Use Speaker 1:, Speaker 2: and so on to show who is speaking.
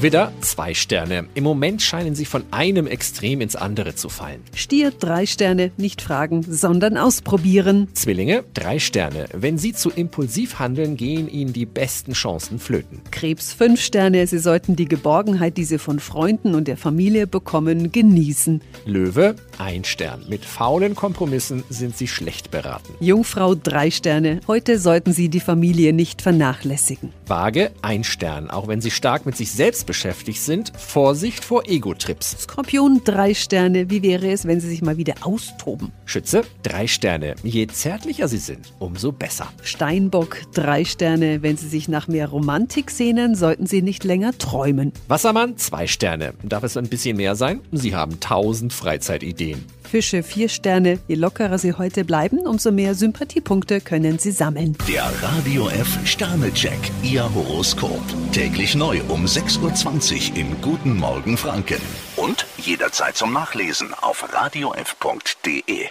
Speaker 1: Widder, zwei Sterne. Im Moment scheinen sie von einem Extrem ins andere zu fallen.
Speaker 2: Stier, drei Sterne, nicht fragen, sondern ausprobieren.
Speaker 1: Zwillinge, drei Sterne. Wenn sie zu impulsiv handeln, gehen ihnen die besten Chancen flöten.
Speaker 2: Krebs, fünf Sterne, Sie sollten die Geborgenheit, die Sie von Freunden und der Familie bekommen, genießen.
Speaker 1: Löwe, ein Stern. Mit faulen Kompromissen sind sie schlecht beraten.
Speaker 2: Jungfrau, drei Sterne, heute sollten Sie die Familie nicht vernachlässigen.
Speaker 1: Waage, ein Stern. Auch wenn sie stark mit sich selbst beschäftigt sind, Vorsicht vor Ego-Trips.
Speaker 2: Skorpion, drei Sterne, wie wäre es, wenn Sie sich mal wieder austoben?
Speaker 1: Schütze, drei Sterne. Je zärtlicher sie sind, umso besser.
Speaker 2: Steinbock, drei Sterne, wenn Sie sich nach mehr Romantik sehnen, sollten Sie nicht länger träumen.
Speaker 1: Wassermann, zwei Sterne. Darf es ein bisschen mehr sein? Sie haben tausend Freizeitideen.
Speaker 2: Fische, vier Sterne, je lockerer Sie heute bleiben, umso mehr Sympathiepunkte können Sie sammeln.
Speaker 3: Der Radio F Sternecheck, Ihr Horoskop. Täglich neu um 6.20 Uhr im Guten Morgen Franken. Und jederzeit zum Nachlesen auf radiof.de.